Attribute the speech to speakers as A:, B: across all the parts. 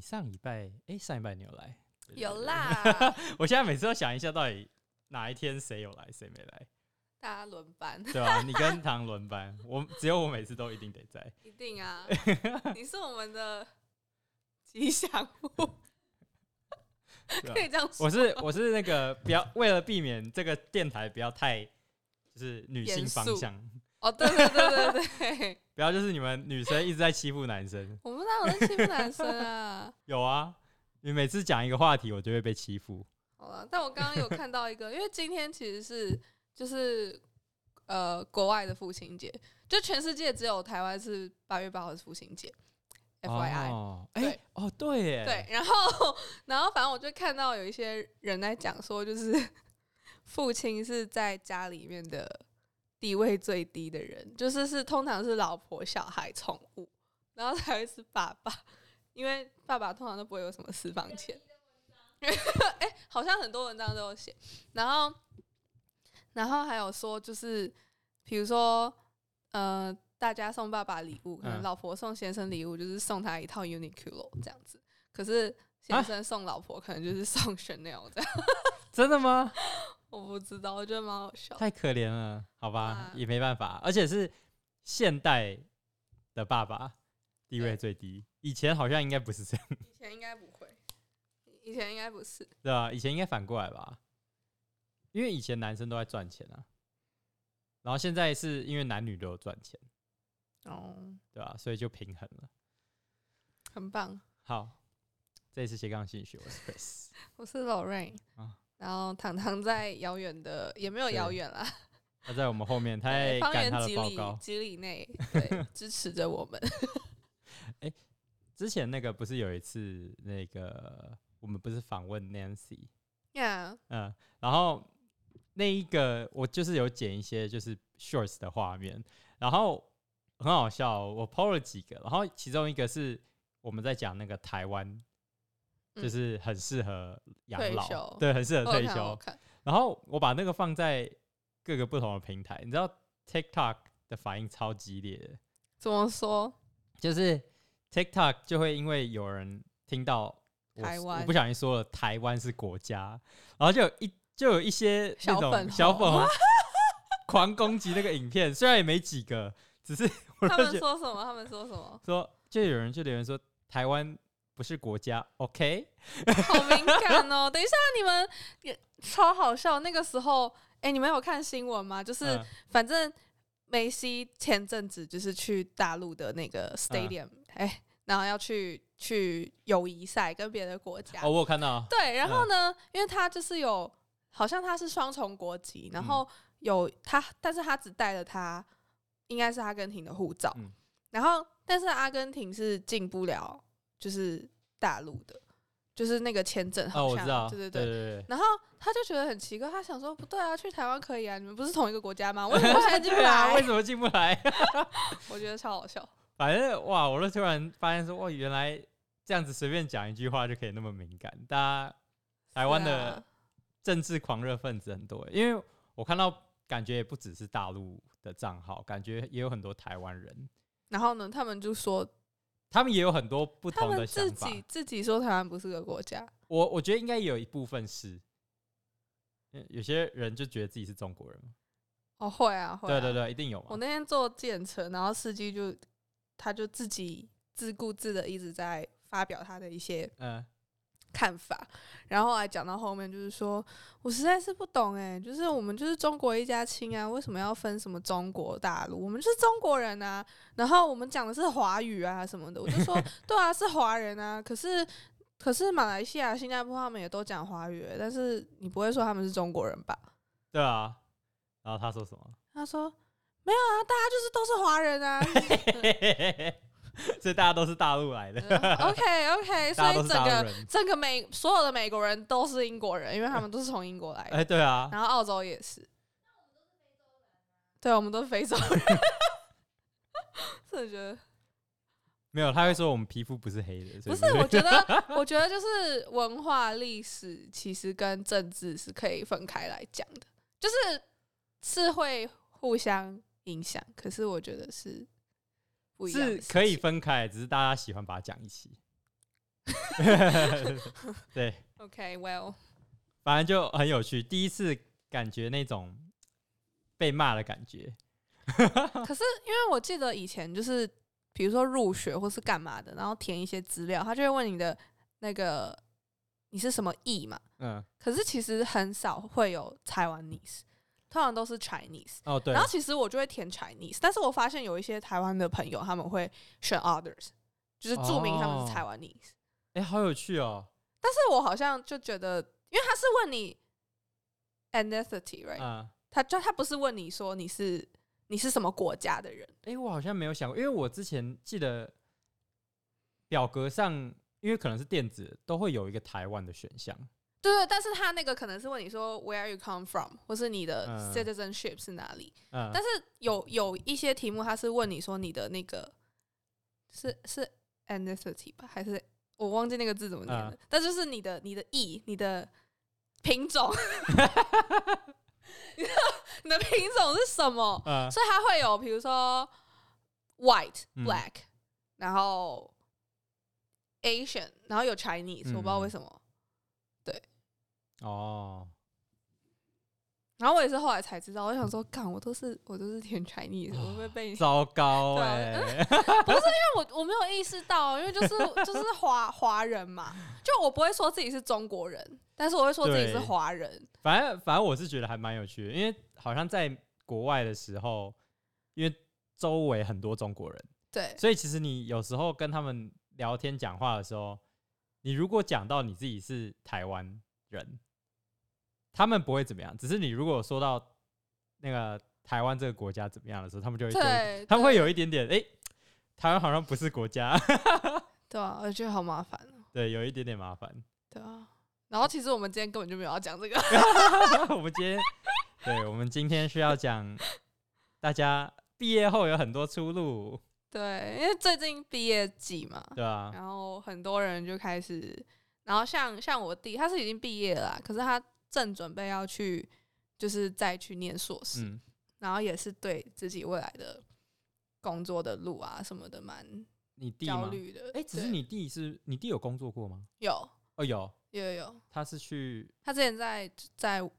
A: 上礼拜，哎、上礼拜你有来？对
B: 有，啦，
A: 我现在每次都想一下，到底哪一天谁有来，谁没来，
B: 大家轮班，
A: 对吧、你跟唐轮班，我只有我每次都一定得在。
B: 一定 啊！你是我们的吉祥物，
A: 对啊
B: 可以这样说。
A: 我 是我是那个不要为了避免这个电台不要太就是女性
B: 严
A: 方
B: 肃
A: 向，
B: 哦，对对对对对，
A: 不要就是你们女生一直在欺负男生。
B: 我们哪有在欺负男生啊？
A: 有啊，你每次讲一个话题，我就会被欺负。
B: 好了，但我刚刚有看到一个，因为今天其实是就是呃国外的父亲节，就全世界只有台湾是八月八号是父亲节，F Y I。
A: 哦，哎、
B: 对
A: 哦，对耶，
B: 对，然后然后反正我就看到有一些人在讲说，就是父亲是在家里面的地位最低的人，就是是通常是老婆、小孩、宠物，然后才会是爸爸，因为爸爸通常都不会有什么私房钱。哎、好像很多文章都有写，然后然后还有说就是，比如说呃。大家送爸爸礼物，可能
A: 嗯
B: 老婆送先生礼物，就是送他一套 Uniqlo 这样子。可是先生送老婆，可能就是送 Chanel 这样，
A: 真的吗？
B: 我不知道，我觉得蛮好笑的。
A: 太可怜了，好吧
B: 啊，
A: 也没办法，而且是现代的爸爸地位最低，以前好像应该不是这样，
B: 以前应该不会，以前应该不是，
A: 对吧？以前应该反过来吧，因为以前男生都在赚钱啊，然后现在是因为男女都有赚钱，
B: 哦，
A: 对吧？所以就平衡了。
B: 很棒。
A: 好，这里是斜杠兴趣，我是 Chris，
B: 我是 Lorraine，、
A: 啊
B: 然后糖糖在遥远的，也没有
A: 对
B: 遥远啦，
A: 他在我们后面，他在
B: 对 方
A: 哎赶他
B: 圆
A: 的
B: 几
A: 报
B: 里
A: 告。
B: 几里内，对，支持着我们。
A: 之前那个不是有一次那个我们不是访问 Nancy，
B: 呀、
A: 嗯，然后那一个我就是有剪一些就是 shorts 的画面，然后很好笑哦、我 PO 了几个，然后其中一个是我们在讲那个台湾，就
B: 嗯
A: 是很适合养
B: 退
A: 老
B: 休，
A: 对，很适合
B: 我有
A: 退
B: 看我有
A: 休。
B: 看，
A: 然后我把那个放在各个不同的平台，你知道 TikTok 的反应超激烈的，
B: 怎么说？
A: 就是 TikTok 就会因为有人听到我
B: 台湾
A: 我不小心说了台湾是国家，然后就有一就有一些那
B: 小粉
A: 种
B: 红
A: 小粉红 狂攻击那个影片，虽然也没几个，只是我
B: 他
A: 就觉
B: 们
A: 得？
B: 说什么？他们说什 么
A: 说，就有人就留言说台湾不是国家，OK？
B: 好敏感哦！等一下，你们也超好笑。那个时候，哎、你们有看新闻吗？就是、啊
A: 嗯
B: 反正梅西前阵子就是去大陆的那
A: 嗯
B: 个 stadium，哎、然后要去去友谊赛跟别的国家。
A: 哦，我有看到，
B: 对，然
A: 嗯
B: 后呢，因为他就是有，好像他是双重国籍，
A: 嗯
B: 然后有他，但是他只带了他应该是阿根廷的护照，
A: 嗯
B: 然后但是阿根廷是进不了，就是大陆的，就是那个签证
A: 哦，
B: 好
A: 我
B: 像，
A: 知道，
B: 对对
A: 对
B: 对。
A: 对
B: 然后他就觉得很奇怪，他想说不对啊，去台湾可以啊，你们不是同一个国家吗？为什么我现在进 不
A: 啊，为
B: 来？
A: 什么进不来？
B: 我觉得超好笑，
A: 反正哇，我都突然发现说，哇，原来这样子随便讲一句话就可以那么敏感。大家台湾
B: 对
A: 的
B: 啊
A: 政治狂热分子很多，因为我看到感觉也不只是大陆的账号，感觉也有很多台湾人，
B: 然后呢，他们就说
A: 他们也有很多不
B: 他
A: 同
B: 们
A: 的
B: 自
A: 想法。
B: 己自己说台湾不是个国家，
A: 我我觉得应该也有一部分是，嗯有些人就觉得自己是中国人嘛，
B: 哦，会啊，会啊，
A: 对对对，一定有嘛
B: 我。那天坐电车，然后司机就他就自己自顾自的一直在发表他的一些
A: 嗯，
B: 看法，然后还讲到后面就是说，我实在是不懂哎、就是我们就是中国一家亲啊，为什么要分什么中国大陆？我们就是中国人啊，然后我们讲的是华语啊什么的，我就说对啊，是华人啊，可是。可是马来西亚、新加坡他们也都讲华语欸，但是你不会说他们是中国人吧？
A: 对啊。然后他说什么？
B: 他说没有啊，大家就是都是华人啊，
A: 所以大家都是大陆来 的，
B: OK OK，所
A: 大家都
B: 以
A: 是
B: 整
A: 大陆
B: 个
A: 人。
B: 整个美所有的美国人都是英国人，因为他们都是从英国来
A: 哎、
B: 的，
A: 对啊，
B: 然后澳洲也是。对，我们都是非洲人。啊 真的觉得
A: 没有，他会说我们皮肤不是黑的，所
B: 不
A: 以
B: 是，我觉得，我觉得就是文化历史其实跟政治是可以分开来讲的，就是是会互相影响，可是我觉得是不一样的
A: 是
B: 事情，
A: 可以分开，只是大家喜欢把它讲一起。对，
B: OK，Well，、
A: 反正就很有趣。第一次感觉那种被骂的感觉，
B: 可是因为我记得以前就是，比如说入学或是干嘛的，然后填一些资料，他就会问你的那个你是什么裔嘛。
A: 嗯，
B: 可是其实很少会有 Taiwanese，通常都是 Chinese。
A: 哦对
B: 然，后其实我就会填 Chinese，但是我发现有一些台湾的朋友他们会选 others，就是注明他们
A: 哦
B: 是 Taiwanese。
A: 哎，好有趣哦，
B: 但是我好像就觉得，因为他是问你 ethnicity，right？、
A: 嗯，
B: 他就他不是问你说你是你是什么国家的人，
A: 哎，我好像没有想过，因为我之前记得表格上，因为可能是电子，都会有一个台湾的选项，
B: 对对。但是他那个可能是问你说 Where you come from，或是你的
A: 嗯
B: citizenship 是哪里。
A: 嗯，
B: 但是有有一些题目，他是问你说你的那个是是 ethnicity 吧，还是我忘记那个字怎么念了？
A: 嗯
B: 但就是你的你的意，你的 品种， 你的品种是什么？
A: 嗯
B: 所以它会有比如说 white、
A: 嗯
B: black，然后 Asian，然后有 Chinese，、我不知道为什么。
A: 哦，
B: 然后我也是后来才知道，我想说，干，我都是我都是填 Chinese，我会不会被 你
A: 糟糕
B: 对啊
A: 哎、
B: 哦我我没有意识到，啊因为就是就是华华人嘛，就我不会说自己是中国人，但是我会说自己是
A: 对
B: 华人。
A: 反正反正我是觉得还蛮有趣的，因为好像在国外的时候，因为周围很多中国人，
B: 对
A: 所以其实你有时候跟他们聊天讲话的时候，你如果讲到你自己是台湾人，他们不会怎么样，只是你如果说到那个台湾这个国家怎么样的时候，他们就会
B: 对
A: 就
B: 对，
A: 他们会有一点点哎、诶台湾好像不是国家，
B: 对啊，我觉得好麻烦哦，
A: 对，有一点点麻烦。
B: 对啊。然后其实我们今天根本就没有要讲这个，
A: 我们今天，对我们今天是要讲大家毕业后有很多出路，
B: 对，因为最近毕业季嘛，
A: 对吧、
B: 然后很多人就开始，然后像像我弟，他是已经毕业了啦，啊可是他正准备要去，就是再去念硕士，
A: 嗯，
B: 然后也是对自己未来的工作的路啊什么的蛮
A: 你弟
B: 焦
A: 吗？
B: 虑的。
A: 哎、只是
B: 对
A: 你弟是你弟有工作过吗？
B: 有
A: 哦，有，
B: 有有有，
A: 他是去
B: 他之前在在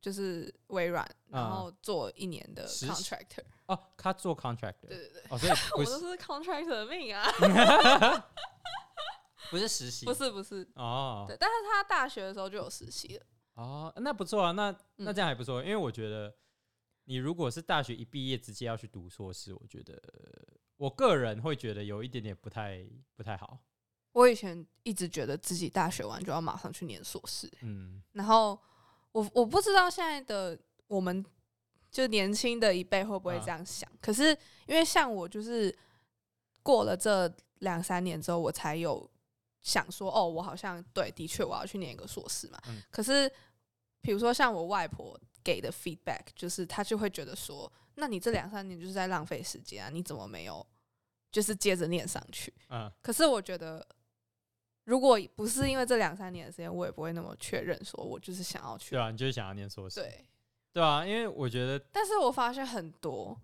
B: 就是微软，然
A: 啊
B: 后做一年的
A: 实习
B: contractor，
A: 哦，他做 contractor，
B: 对对对，
A: 哦，所以
B: 我
A: 不
B: 都
A: 是
B: 是 contractor 的命啊，
A: 不是实习，
B: 不是不是，
A: 哦
B: 对，但是他大学的时候就有实习了，
A: 哦，那不错啊，那那
B: 嗯
A: 这样还不错，因为我觉得你如果是大学一毕业直接要去读硕士，我觉得我个人会觉得有一点点不太不太好，
B: 我以前一直觉得自己大学完就要马上去念硕士，
A: 嗯
B: 然后我我不知道现在的我们就年轻的一辈会不会
A: 啊
B: 这样想，可是因为像我就是过了这两三年之后，我才有想说，哦，我好像对，的确我要去念一个硕士嘛。
A: 嗯
B: 可是比如说像我外婆给的 feedback，就是她就会觉得说，那你这两三年就是在浪费时间啊，你怎么没有就是接着念上去？
A: 嗯
B: 可是我觉得，如果不是因为这两三年的时间，我也不会那么确认说我就是想要去。
A: 对啊，你就是想要念硕士，
B: 对，
A: 对啊，因为我觉得
B: 但是我发现很多，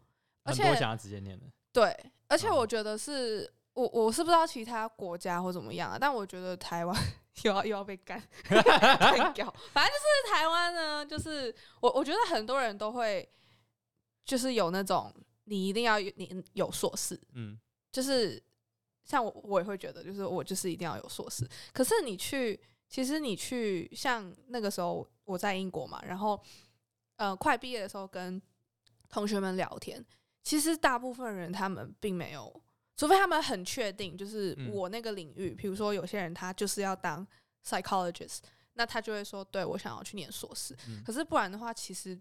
B: 而
A: 很
B: 且
A: 多想要直接念的，
B: 对，而且
A: 哦
B: 我觉得是、我我是不知道其他国家或怎么样、啊，但我觉得台湾 又要又要被 干干掉。反正就是台湾呢，就是我我觉得很多人都会就是有那种你一定要有你有硕士，
A: 嗯，
B: 就是像我我也会觉得，就是我就是一定要有硕士。可是你去，其实你去像那个时候我在英国嘛，然后呃快毕业的时候跟同学们聊天，其实大部分人他们并没有，除非他们很确定，就是
A: 嗯
B: 我那个领域，比如说有些人他就是要当 psychologist，那他就会说，对我想要去念硕士。
A: 嗯
B: 可是不然的话，其实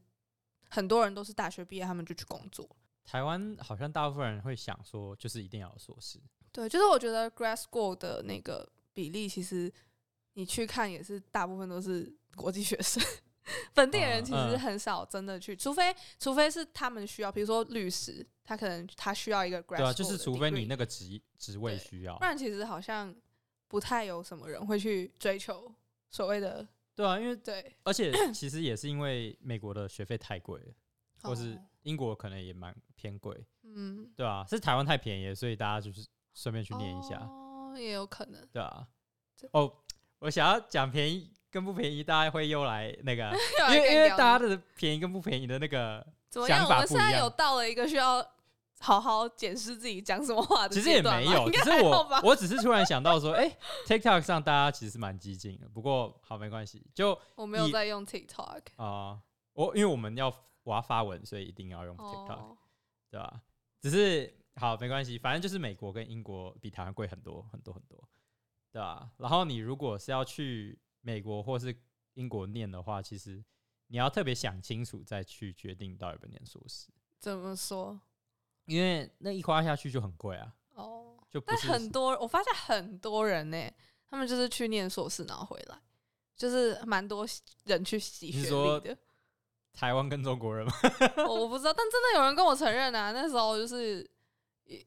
B: 很多人都是大学毕业，他们就去工作。
A: 台湾好像大部分人会想说，就是一定要有硕士，
B: 对，就是我觉得 grad school 的那个比例，其实你去看也是大部分都是国际学生，本地人其实
A: 嗯
B: 很少真的去，除非除非是他们需要，比如说律师，他可能他需要一个 grad，
A: 对啊，
B: school
A: 就是
B: 的
A: 除非
B: degree
A: 你那个职职位
B: 对
A: 需要
B: 不，然其实好像不太有什么人会去追求所谓的
A: 对啊，因 为
B: 对，
A: 而且其实也是因为美国的学费太贵了，或是
B: 哦
A: 英国可能也蛮偏贵，
B: 嗯
A: 对啊，是台湾太便宜了，所以大家就是顺便去念一下，
B: 哦，也有可能。，
A: 对啊，哦，我想要讲便宜跟不便宜，大家会又来那个
B: 又来
A: 因为
B: 干
A: 因为
B: 掉
A: 大家
B: 你
A: 的便宜跟不便宜的那个，
B: 怎么样？
A: 想
B: 我
A: 法
B: 们
A: 不
B: 现
A: 一
B: 在
A: 样
B: 有到了一个需要好好检视自己讲什么话的
A: 其实也
B: 阶段
A: 没
B: 吗
A: 有，
B: 应
A: 只
B: 该
A: 是
B: 还好
A: 我
B: 吧。
A: 我只是突然想到说，哎、t i k t o k 上大家其实是蛮激进的，不过好没关系，就
B: 我没有
A: 你
B: 在用 TikTok。
A: 啊、呃我因为我们要我要发文，所以一定要用 TikTok，、
B: 哦，
A: 对吧？只是好没关系，反正就是美国跟英国比台湾贵很多很多很多，对吧？然后你如果是要去美国或是英国念的话，其实你要特别想清楚再去决定到底要不要念硕士，
B: 怎么说？
A: 因为那一花下去就很贵啊，
B: 哦，
A: 就不
B: 但
A: 是
B: 很多我发现很多人呢、他们就是去念硕士然后回来，就是蛮多人去洗
A: 你
B: 学
A: 是说
B: 历的。哦
A: 台湾跟中国人嘛，
B: 我我不知道，但真的有人跟我承认啊， 那时候就是。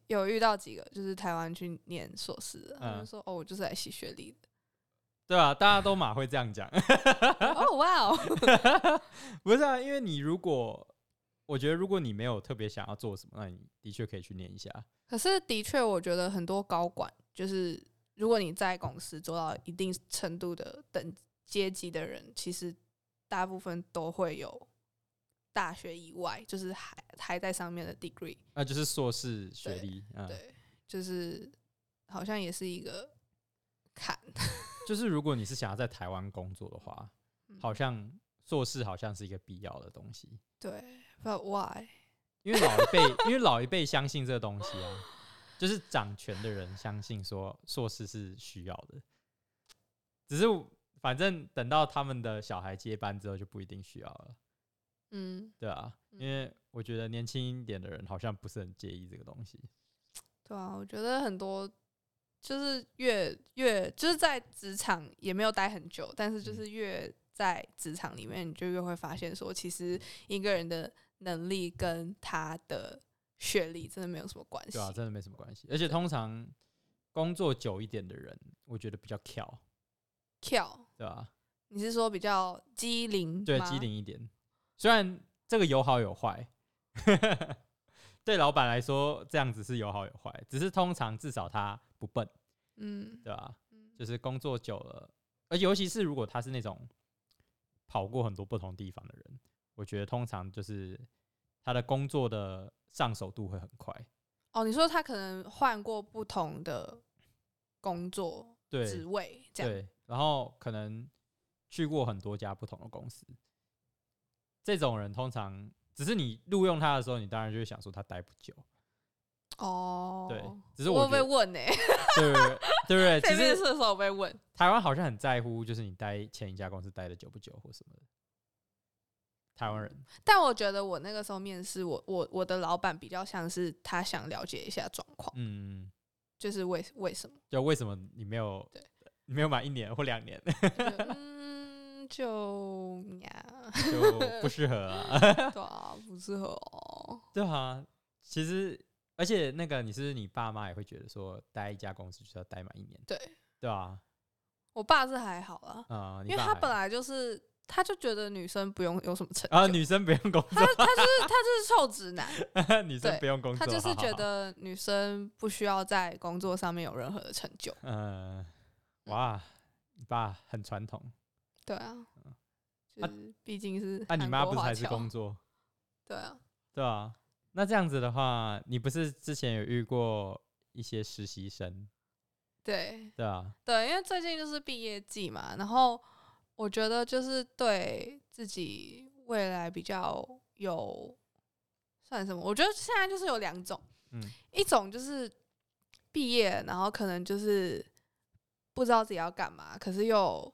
B: 有遇到几个就是台湾去念硕士的，他们
A: 嗯
B: 说、哦，我就是来洗学历的。
A: 对啊，大家都马会这样讲。
B: 哦哇哦，
A: 不是啊，因为你如果我觉得如果你没有特别想要做什么，那你的确可以去念一下。
B: 可是，的确，我觉得很多高管，就是如果你在公司做到一定程度的等阶级的人，其实大部分都会有大学以外，就是还还在上面的 degree，、
A: 那啊就是硕士学历，嗯，
B: 对，就是好像也是一个坎。
A: 就是如果你是想要在台湾工作的话，
B: 嗯
A: 好像硕士好像是一个必要的东西，
B: 对，But why？
A: 因为老一 辈，因为老一辈相信这个东西啊，就是掌权的人相信说硕士是需要的，只是反正等到他们的小孩接班之后就不一定需要了，
B: 嗯，
A: 对啊，因为我觉得年轻一点的人好像不是很介意这个东西。
B: 对啊，我觉得很多就是越越就是在职场也没有待很久，但是就
A: 嗯
B: 是越在职场里面，你就越会发现说，其实一个人的能力跟他的学历真的没有什么关系。
A: 对啊，真的没什么关系。而且通常工作久一点的人，我觉得比较跳，
B: 跳，
A: 对吧、
B: 你是说比较机灵？
A: 对，机。灵一点。虽然这个有好有坏， 对老板来说这样子是有好有坏，只是通常至少他不笨，
B: 嗯
A: 对吧、啊
B: 嗯
A: 就是工作久了，而且尤其是如果他是那种跑过很多不同地方的人，我觉得通常就是他的工作的上手度会很快。
B: 哦，你说他可能换过不同的工作
A: 对，
B: 职位，这样。
A: 对，然后可能去过很多家不同的公司，这种人通常只是你录用他的时候，你当然就会想说他待不久，
B: 哦，
A: 对只是我
B: 我会
A: 觉
B: 被
A: 得
B: 问呢、
A: 对不对？ 对不对？
B: 这
A: 其
B: 面试
A: 实
B: 的时候我被问，
A: 台湾好像很在乎，就是你待前一家公司待的久不久或什么的。台湾人
B: 但我觉得我那个时候面试，我我我的老板比较像是他想了解一下状况，
A: 嗯，
B: 就是为为什么？
A: 就为什么你没有
B: 对
A: 你没有满一年或两 年
B: 我就觉得嗯，就呀，
A: 就不适合啊？
B: 对啊，不适合哦。
A: 对啊，其实而且那个你是不是你爸妈也会觉得说待一家公司就是要待满一年，
B: 对
A: 对啊，
B: 我爸是还好啦，
A: 啊、你
B: 因为
A: 爸
B: 他
A: 还
B: 本来就是，他就觉得女生不用有什么成就，
A: 啊，女生不用工
B: 他就他就是他就是臭直男，
A: 作，女生
B: 对
A: 不用工作，
B: 他就是
A: 好
B: 觉，得女生不需要在工作上面有任何的成就。
A: 嗯、呃，哇，你爸很传统，
B: 对啊，就
A: 啊
B: 是毕竟是
A: 那、啊你妈
B: 韩
A: 不
B: 国
A: 是
B: 华
A: 还是
B: 侨
A: 工作，
B: 对啊，
A: 对啊，那这样子的话，你不是之前有遇过一些实习生，
B: 对。
A: 对啊，
B: 对，因为最近就是毕业季嘛，然后我觉得就是对自己未来比较有算什么？我觉得现在就是有两种，
A: 嗯
B: 一种就是毕业，然后可能就是不知道自己要干嘛，可是又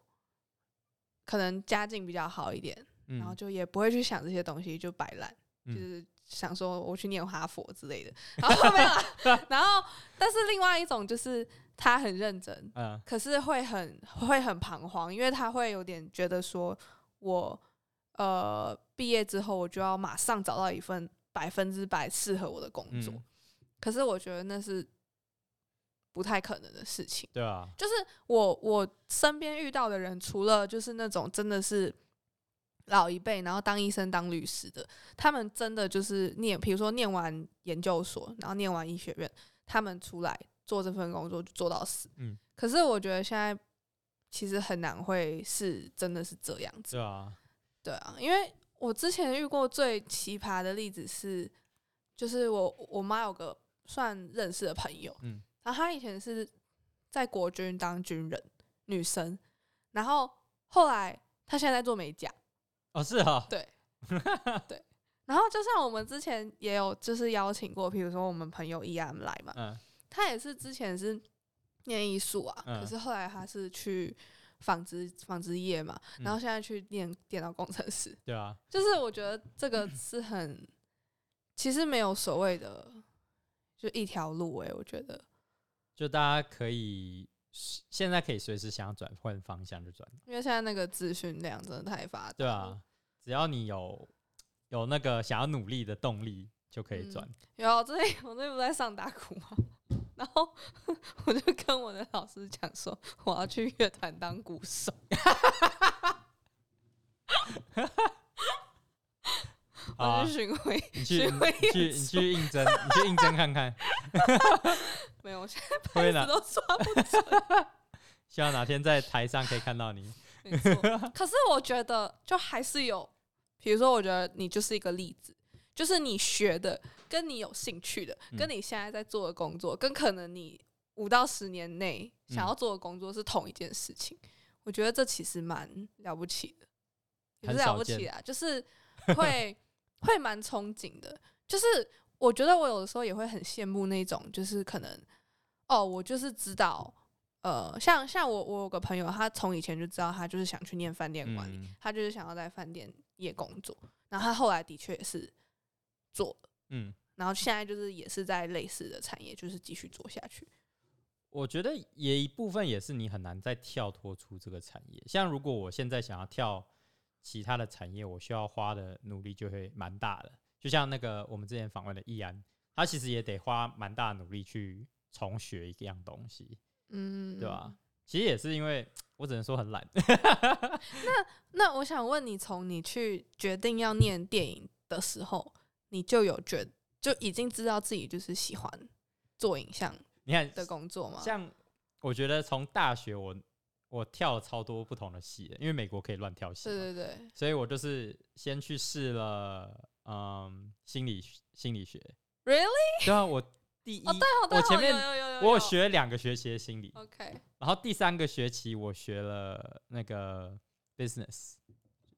B: 可能家境比较好一点，然后
A: 嗯，
B: 就也不会去想这些东西，就摆烂，
A: 嗯
B: 就是想说我去念哈佛之类的， 然后没有啦，然后但是另外一种就是他很认真，
A: 嗯、
B: 可是会很 会很彷徨，因为他会有点觉得说我呃毕业之后我就要马上找到一份百分之百适合我的工作，
A: 嗯
B: 可是我觉得那是不太可能的事情。
A: 对啊，
B: 就是我我身边遇到的人，除了就是那种真的是老一辈，然后当医生、当律师的，他们真的就是念，比如说念完研究所，然后念完医学院，他们出来做这份工作就做到死。
A: 嗯，
B: 可是我觉得现在其实很难会是真的是这样子。
A: 对啊，
B: 对啊，因为我之前遇过最奇葩的例子是，就是我我妈有个算认识的朋友，
A: 嗯
B: 然后她以前是在国军当军人，女生，然后后来她现在在做美甲，
A: 哦是啊，
B: 然后就像我们之前也有就是邀请过，比如说我们朋友 EM 来嘛，
A: 嗯
B: 她也是之前是念艺术啊，
A: 嗯
B: 可是后来她是去纺织纺织业嘛，
A: 嗯
B: 然后现在去念电脑工程师，
A: 对啊，
B: 就是我觉得这个是很，其实没有所谓的，就一条路诶、我觉得
A: 就大家可以现在可以随时想转换方向就转，
B: 因为现在那个资讯量真的太发达，
A: 对啊，，只要你有有那个想要努力的动力，就可以
B: 嗯
A: 转。
B: 有啊我最近我最近不是在上打鼓吗？然后 我就跟我的老师讲说，我要去乐团当鼓手。
A: 好啊
B: 我去巡回，
A: 你去
B: 巡
A: 你
B: 回
A: 你去
B: 演
A: 你
B: 出
A: 去应征，你去应征看 看，
B: 没有，我现
A: 会
B: 在
A: 哪
B: 都抓不
A: 希望哪天在台上可以看到 你。
B: 没 错，可是我觉得就还是有，比如说，我觉得你就是一个例子，就是你学的跟你有兴趣的，
A: 嗯
B: 跟你现在在做的工作，跟可能你五到十年内
A: 嗯
B: 想要做的工作是同一件事情。我觉得这其实蛮了不起的，也不
A: 很
B: 是了
A: 少
B: 不起
A: 见
B: 啊，就是会 会蛮憧憬的。就是我觉得我有的时候也会很羡慕那种，就是可能哦，我就是知道，呃，像像我我有个朋友，他从以前就知道他就是想去念饭店管理，
A: 嗯
B: 他就是想要在饭店业工作，然后他后来的确也是做了，
A: 嗯，
B: 然后现在就是也是在类似的产业，就是继续做下去。
A: 我觉得也一部分也是你很难再跳脱出这个产业。像如果我现在想要跳其他的产业，我需要花的努力就会蛮大的。就像那个我们之前访问的易安，他其实也得花蛮大的努力去重学一样东西，
B: 嗯，
A: 对吧、啊其实也是因为我只能说很懒，
B: 那我想问你，从你去决定要念电影的时候，你就有觉就已经知道自己就是喜欢做影像
A: 你看
B: 的工作吗？
A: 像我觉得从大学我我跳了超多不同的戏的，因为美国可以乱跳戏嘛，
B: 对对对，
A: 所以我就是先去试了嗯心理心 理学
B: Really？
A: 对啊，我第一、
B: 哦，对哦，对哦，
A: 我前面
B: 有有有有
A: 我有
B: 有
A: 学两个学期的心理，
B: OK，
A: 然后第三个学期我学了那个 business，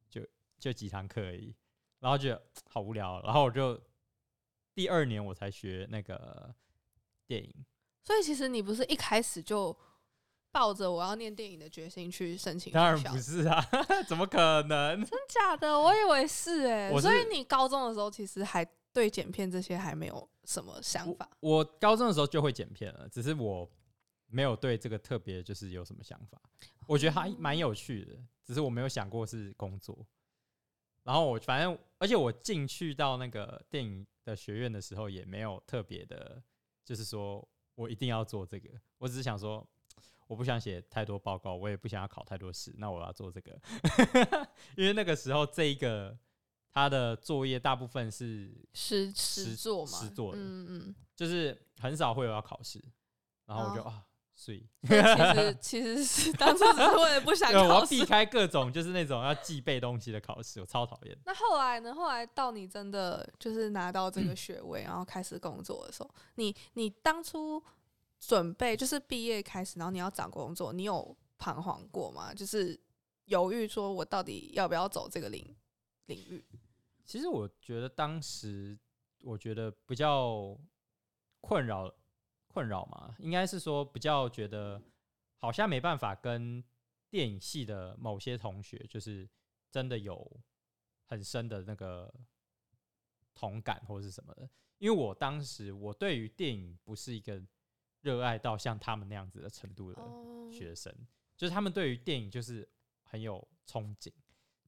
A: 就就几堂课而已，然后觉得好无聊，然后我就第二年我才学那个电影，
B: 所以其实你不是一开始就抱着我要念电影的决心去申请学校？
A: 当然不，是啊， 怎么可能？
B: 真假的？我以为是哎、
A: 我是
B: 所以你高中的时候其实还对剪片这些还没有什么想法。
A: 我高中的时候就会剪片了，只是我没有对这个特别就是有什么想法。我觉得
B: 哦
A: 还蛮有趣的，只是我没有想过是工作。然后我反正，而且我进去到那个电影的学院的时候，也没有特别的，就是说我一定要做这个。我只是想说，我不想写太多报告，我也不想要考太多试，那我要做这个。 因为那个时候，这一个他的作业大部分是
B: 实
A: 实
B: 实做嘛，
A: 实做的
B: 嗯嗯
A: 就是很少会有要考试，然后我就、
B: 哦
A: 啊，所以
B: 嗯，所以其实 其实是当初只是为了不想
A: 对我
B: 考
A: 要
B: 试
A: 避。开各种就是那种要记背东西的考试，我超讨厌。
B: 那后来呢？后来到你真的就是拿到这个学位，然后开始工作的时候，你你当初准备就是毕业开始，然后你要找工作，你有彷徨过吗？就是犹豫说我到底要不要走这个领领域？
A: 其实我觉得当时我觉得比较困扰困扰嘛，应该是说比较觉得好像没办法跟电影系的某些同学，就是真的有很深的那个同感或是什么的。因为我当时我对于电影不是一个热爱到像他们那样子的程度的
B: 哦
A: 学生，就是他们对于电影就是很有憧憬，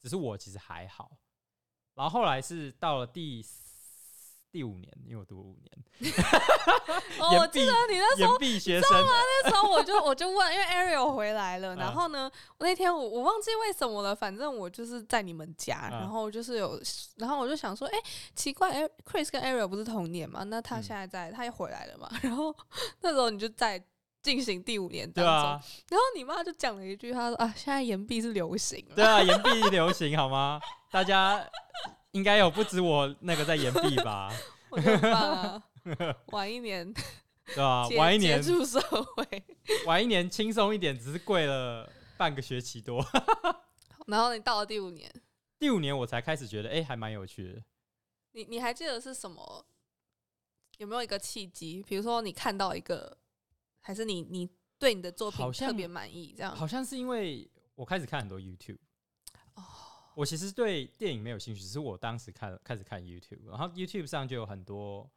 A: 只是我其实还好。然后后来是到了第四第五年，因为我读了五年，
B: 哦，
A: 言
B: 我记
A: 必
B: 得你那时
A: 延
B: 候
A: 毕学生，
B: 那时候我就我就问，因为 Ariel 回来了，
A: 嗯
B: 然后呢，那天我我忘记为什么了，反正我就是在你们家，
A: 嗯
B: 然后就是有，然后我就想说，哎、奇怪，Ar-，Chris 跟 Ariel 不是同年吗？那他
A: 嗯
B: 现在在，他也回来了嘛？然后那时候你就在进行第五年当
A: 对
B: 中，
A: 啊，
B: 然后你妈就讲了一句，她说啊，现在岩壁是流行了，
A: 对啊，岩壁流行好吗？大家应该有不止我那个在岩壁吧，
B: 我觉得很棒啊，晚 一年
A: 对吧、
B: 接
A: 晚一年
B: 接，触社会，
A: 晚一年轻松一点，只是贵了半个学期多。
B: 然后你到了第五年，
A: 第五年我才开始觉得，哎、还蛮有趣的。
B: 你你还记得是什么？有没有一个契机？比如说你看到一个，还是你你对你的作品
A: 好像
B: 特别满意这样？
A: 好像是因为我开始看很多 YouTube，
B: 哦
A: 我其实对电影没有兴趣，只是我当时看开始看 YouTube，然后 YouTube 上就有很多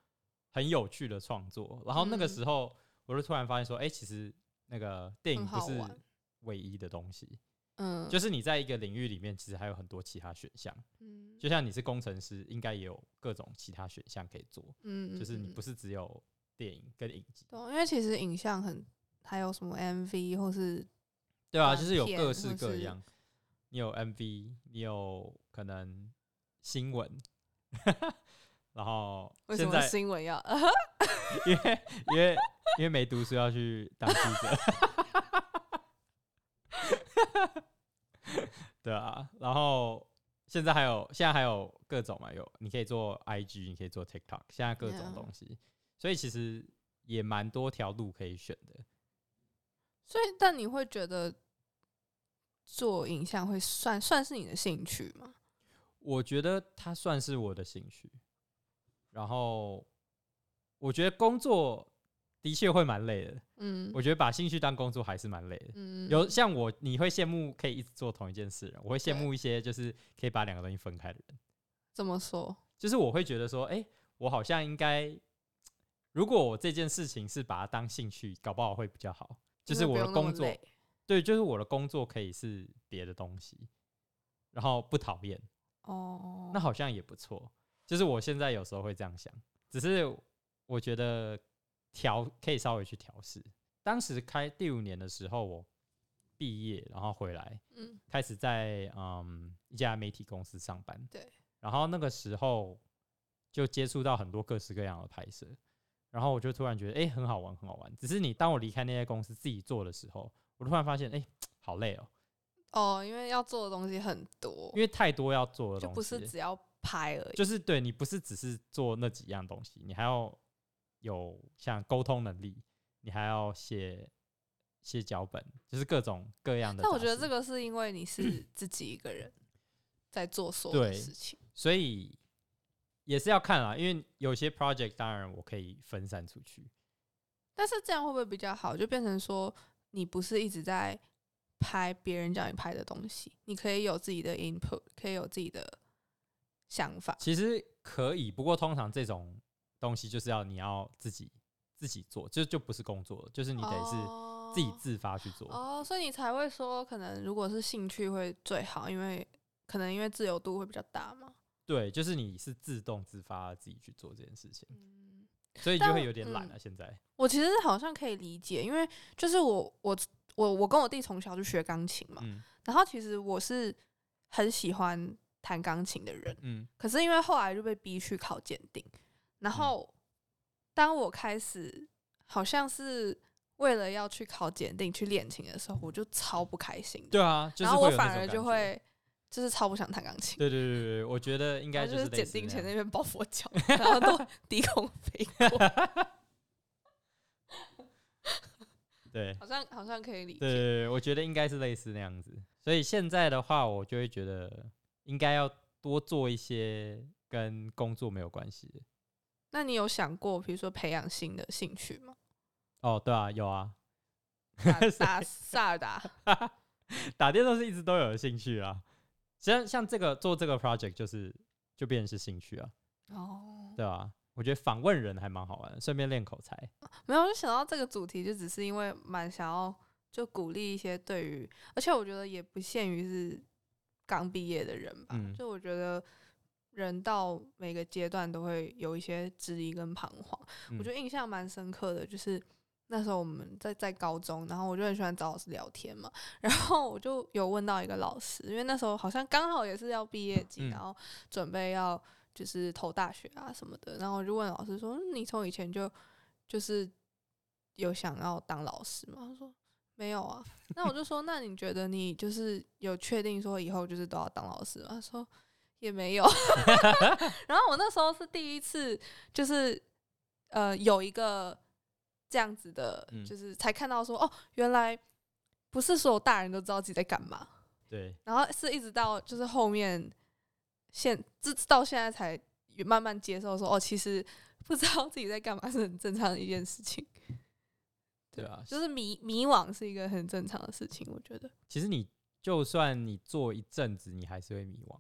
A: 很有趣的创作，然后那个
B: 嗯
A: 时候我就突然发现说，哎、其实那个电影
B: 很
A: 不
B: 好
A: 是
B: 玩
A: 唯一的东西，
B: 嗯，
A: 就是你在一个领域里面，其实还有很多其他选项，
B: 嗯
A: 就像你是工程师，应该也有各种其他选项可以做，
B: 嗯
A: 就是你
B: 嗯
A: 不是只有电影跟影集，
B: 啊懂，因为其实影像很，还有什么 MV 或是
A: 对啊，
B: 短
A: 就是有
B: 片
A: 各
B: 或
A: 式各
B: 是
A: 样，你有 MV，你有可能新闻，然后
B: 为什
A: 现
B: 么
A: 在
B: 新闻要
A: 因为因为因为没读书要去当记者， 对啊，然后现在还有现在还有各种嘛，有你可以做 IG，你可以做 TikTok，现在各种
B: Yeah
A: 东西所以其实也蛮多条路可以选的。
B: 所以，但你会觉得做影像会算算是你的兴趣吗？
A: 我觉得它算是我的兴趣。然后，我觉得工作的确会蛮累的。
B: 嗯，
A: 我觉得把兴趣当工作还是蛮累的。
B: 嗯
A: 有像我，你会羡慕可以一直做同一件事的人，我会羡
B: 对
A: 慕一些就是可以把两个东西分开的人。
B: 怎么说？
A: 就是我会觉得说，哎、我好像应该，如果我这件事情是把它当兴趣，搞不好会比较好。就
B: 因
A: 是
B: 为
A: 我
B: 不
A: 的
B: 用那么
A: 工作，
B: 累
A: 对，就是我的工作可以是别的东西，然后不讨厌。
B: 哦，
A: 那好像也不错。就是我现在有时候会这样想，只是我觉得调可以稍微去调试。当时开第五年的时候，我毕业然后回来，
B: 嗯
A: 开始在嗯一家媒体公司上班。
B: 对，
A: 然后那个时候就接触到很多各式各样的拍摄，然后我就突然觉得哎、诶很好玩，很好玩。只是你当我离开那些公司自己做的时候，我突然发现哎、诶好累哦，
B: 哦，因为要做的东西很多
A: 因，为太多要做的
B: 就
A: 东西，
B: 不是只要拍而已。
A: 就是对你不是只是做那几样东西，你还要有像沟通能力，你还要写写脚本，就是各种各样的杂事。
B: 但我觉得这个是因为你 是自己一个人在做所有的
A: 对
B: 事情，
A: 所以也是要看啦，因为有些 project 当然我可以分散出去，
B: 但是这样会不会比较好？就变成说你不是一直在拍别人叫你拍的东西，你可以有自己的 input，可以有自己的想法。
A: 其实可以，不过通常这种东西就是要你要自己自己做，就就不是工作了，就是你得是自己
B: 哦
A: 自发去做。
B: 哦，所以你才会说，可能如果是兴趣会最好，因为可能因为自由度会比较大嘛。
A: 对，就是你是自动自发自己去做这件事情，
B: 嗯，
A: 所以就
B: 但
A: 会有点懒了、啊
B: 嗯
A: 现在
B: 我其实好像可以理解，因为就是我我我我跟我弟从小就学钢琴嘛，
A: 嗯
B: 然后其实我是很喜欢弹钢琴的人，
A: 嗯
B: 可是因为后来就被逼去考鉴定，然后当我开始好像是为了要去考鉴定去练琴的时候，我就超不开心的，
A: 对啊， 就是、
B: 然后我反而就
A: 就。
B: 会就是超不想弹钢琴。
A: 对对对对对，我觉得应该
B: 然后就是
A: 是类
B: 检
A: 似
B: 定
A: 那
B: 前那
A: 样
B: 边抱佛 脚，然后都 低空飞过，
A: 对
B: 好像好像可以理
A: 对对
B: 解。
A: 对，我觉得应该是类似那样子。所以现在的话，我就会觉得应该要多做一些跟工作没有关系的。
B: 那你有想过，比如说培养新的兴趣 吗？
A: 哦，对啊，有啊，
B: 打打萨尔达，
A: 打电动是一直都有的兴趣啊。像像这个做这个 project 就是就变成是兴趣啊，
B: 哦，
A: 对啊？我觉得访问人还蛮好玩的，顺便练口才。
B: 没有，我就想到这个主题，就只是因为蛮想要就鼓励一些对于，而且我觉得也不限于是刚毕业的人吧，
A: 嗯
B: 就我觉得人到每个阶段都会有一些质疑跟彷徨。
A: 嗯
B: 我觉得印象蛮深刻的，就是那时候我们在在高中，然后我就很喜欢找老师聊天嘛，然后我就有问到一个老师，因为那时候好像刚好也是要毕业季，
A: 嗯
B: 然后准备要就是投大学啊什么的，然后我就问老师说，嗯你从以前就就是有想要当老师吗？”他说：“没有啊。”那我就说：“那你觉得你就是有确定说以后就是都要当老师吗？”他说：“也没有。” 然后我那时候是第一次，就是呃有一个这样子的
A: 嗯，
B: 就是才看到说哦，原来不是所有大人都知道自己在干嘛。
A: 对，
B: 然后是一直到就是后面现这到现在才慢慢接受说哦，其实不知道自己在干嘛是很正常的一件事情，
A: 对啊，
B: 就是迷迷惘是一个很正常的事情，我觉得。
A: 其实你就算你做一阵子，你还是会迷惘。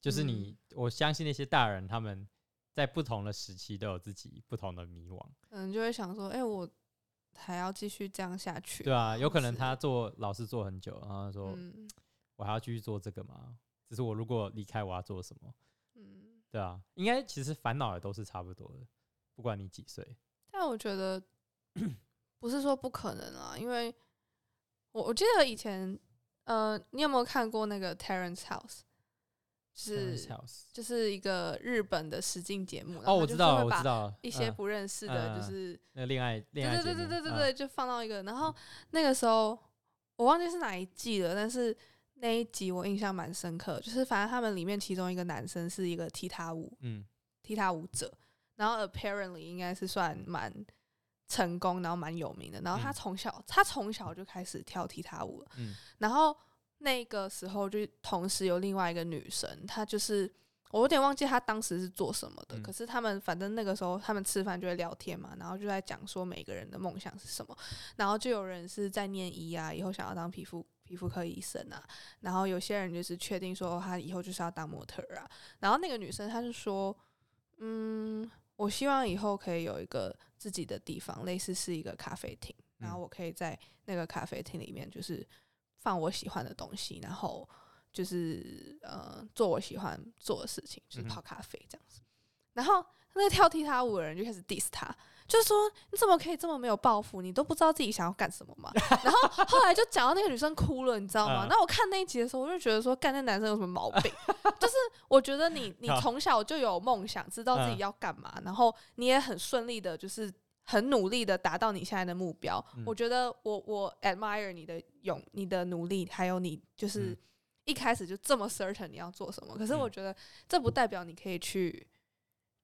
A: 就是你，
B: 嗯
A: 我相信那些大人他们在不同的时期都有自己不同的迷惘，
B: 可能就会想说，哎、我还要继续这样下去？
A: 对啊，哦有可能
B: 是
A: 他做老师做很久，然后他说、
B: 嗯
A: 我还要继续做这个吗？只是我如果离开，我要做什么？
B: 嗯，
A: 对啊，应该其实烦恼也都是差不多的，不管你几岁。
B: 但我 觉得不是说不可能啊，因为我我记得以前，呃，你有没有看过那个 Terrence House？是
A: Terrace House
B: 就是一个日本的实境节目。然
A: 哦，
B: 后
A: 我
B: 就
A: 知
B: 是
A: 道
B: 会
A: 了，我
B: 把
A: 知道了，
B: 一些
A: 嗯
B: 不认识
A: 嗯
B: 的，
A: 嗯
B: 就是
A: 那个恋爱恋爱节
B: 对对
A: 目
B: 对对对
A: 嗯
B: 对对，就放到一个。然后那个时候我忘记是哪一季了，但是那一集我印象蛮深刻，就是反正他们里面其中一个男生是一个踢踏舞
A: 嗯
B: 踢踏舞者，然后 apparently 应该是算蛮成功，然后蛮有名的。然后他
A: 嗯
B: 从小、他从小就开始跳踢踏舞了，
A: 嗯
B: 然后那个时候就同时有另外一个女生，她就是我有点忘记她当时是做什么的，
A: 嗯
B: 可是他们反正那个时候他们吃饭就会聊天嘛，然后就在讲说每个人的梦想是什么，然后就有人是在念医啊，以后想要当皮肤皮肤科医生啊，然后有些人就是确定说哦他以后就是要当模特儿啊，然后那个女生她就说，嗯，我希望以后可以有一个自己的地方，类似是一个咖啡厅，然后
A: 嗯
B: 我可以在那个咖啡厅里面就是放我喜欢的东西，然后就是呃做我喜欢做的事情，就是
A: 嗯哼
B: 泡咖啡这样子。然后那个跳踢踏舞的人就开始 diss 他，就说你怎么可以这么没有抱负？你都不知道自己想要干什么吗？ 然后后来就讲到那个女生哭了，你知道吗？
A: 嗯
B: 那、我看那一集的时候，我就觉得说，干那男生有什么毛病？就是我觉得你你
A: 好
B: 从小就有梦想，知道自己
A: 嗯
B: 要干嘛，然后你也很顺利的，就是很努力的达到你现在的目标。
A: 嗯
B: 我觉得我我 admire 你的勇、你的努力，还有你就是
A: 嗯
B: 一开始就这么 certain 你要做什么。可是
A: 嗯
B: 我觉得这不代表你可以去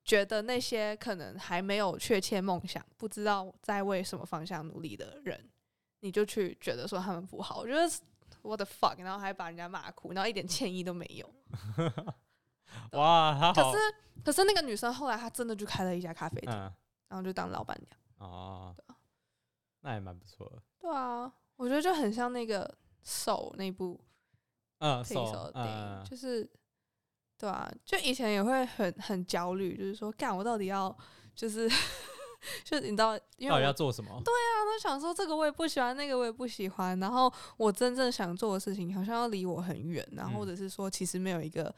B: 觉得那些可能还没有确切梦想、不知道在为什么方向努力的人，你就去觉得说他们不好。我觉得 what the fuck，然后还把人家骂哭，然后一点歉意都没有。
A: 哇，他
B: 可
A: 好
B: 是可是那个女生后来她真的就开了一家咖啡店，
A: 嗯
B: 然后就当老板娘。
A: 哦，那也蛮不错的。
B: 对啊，我觉得就很像那个手那部
A: 嗯，
B: 配
A: 手
B: 手的电影，
A: 嗯
B: 就是对啊，就以前也会很很焦虑，就是说干我到底要就是 就是你知道，因
A: 到
B: 为
A: 底要
B: 我
A: 做什么？
B: 都想说这个我也不喜欢，那个我也不喜欢，然后我真正想做的事情好像要离我很远，然
A: 嗯
B: 后或者是说其实没有一个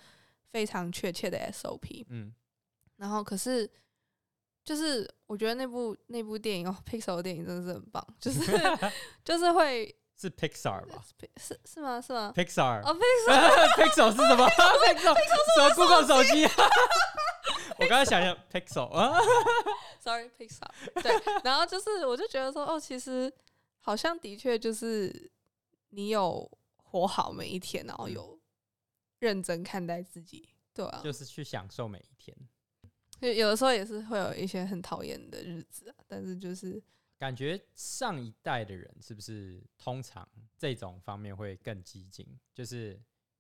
B: 非常确切的 SOP，
A: 嗯
B: 然后可是就是我觉得那部那部电影哦，Pixar 的电影真的是很棒，就是 就是会
A: 是 Pixar 吧
B: 是是吗？是 吗？
A: ？Pixar
B: 哦，Pixar
A: Pixel 是什么？Pixel 什么 Google 手机？啊 我刚才想想 Pixel 啊，
B: Sorry Pixar，对，然后就是我就觉得说，哦，其实好像的确就是你有活好每一天，然后
A: 嗯
B: 有认真看待自己，对啊，
A: 就是去享受每一天，
B: 就有的时候也是会有一些很讨厌的日子啊，但是就是
A: 感觉上一代的人是不是通常这种方面会更激进？就是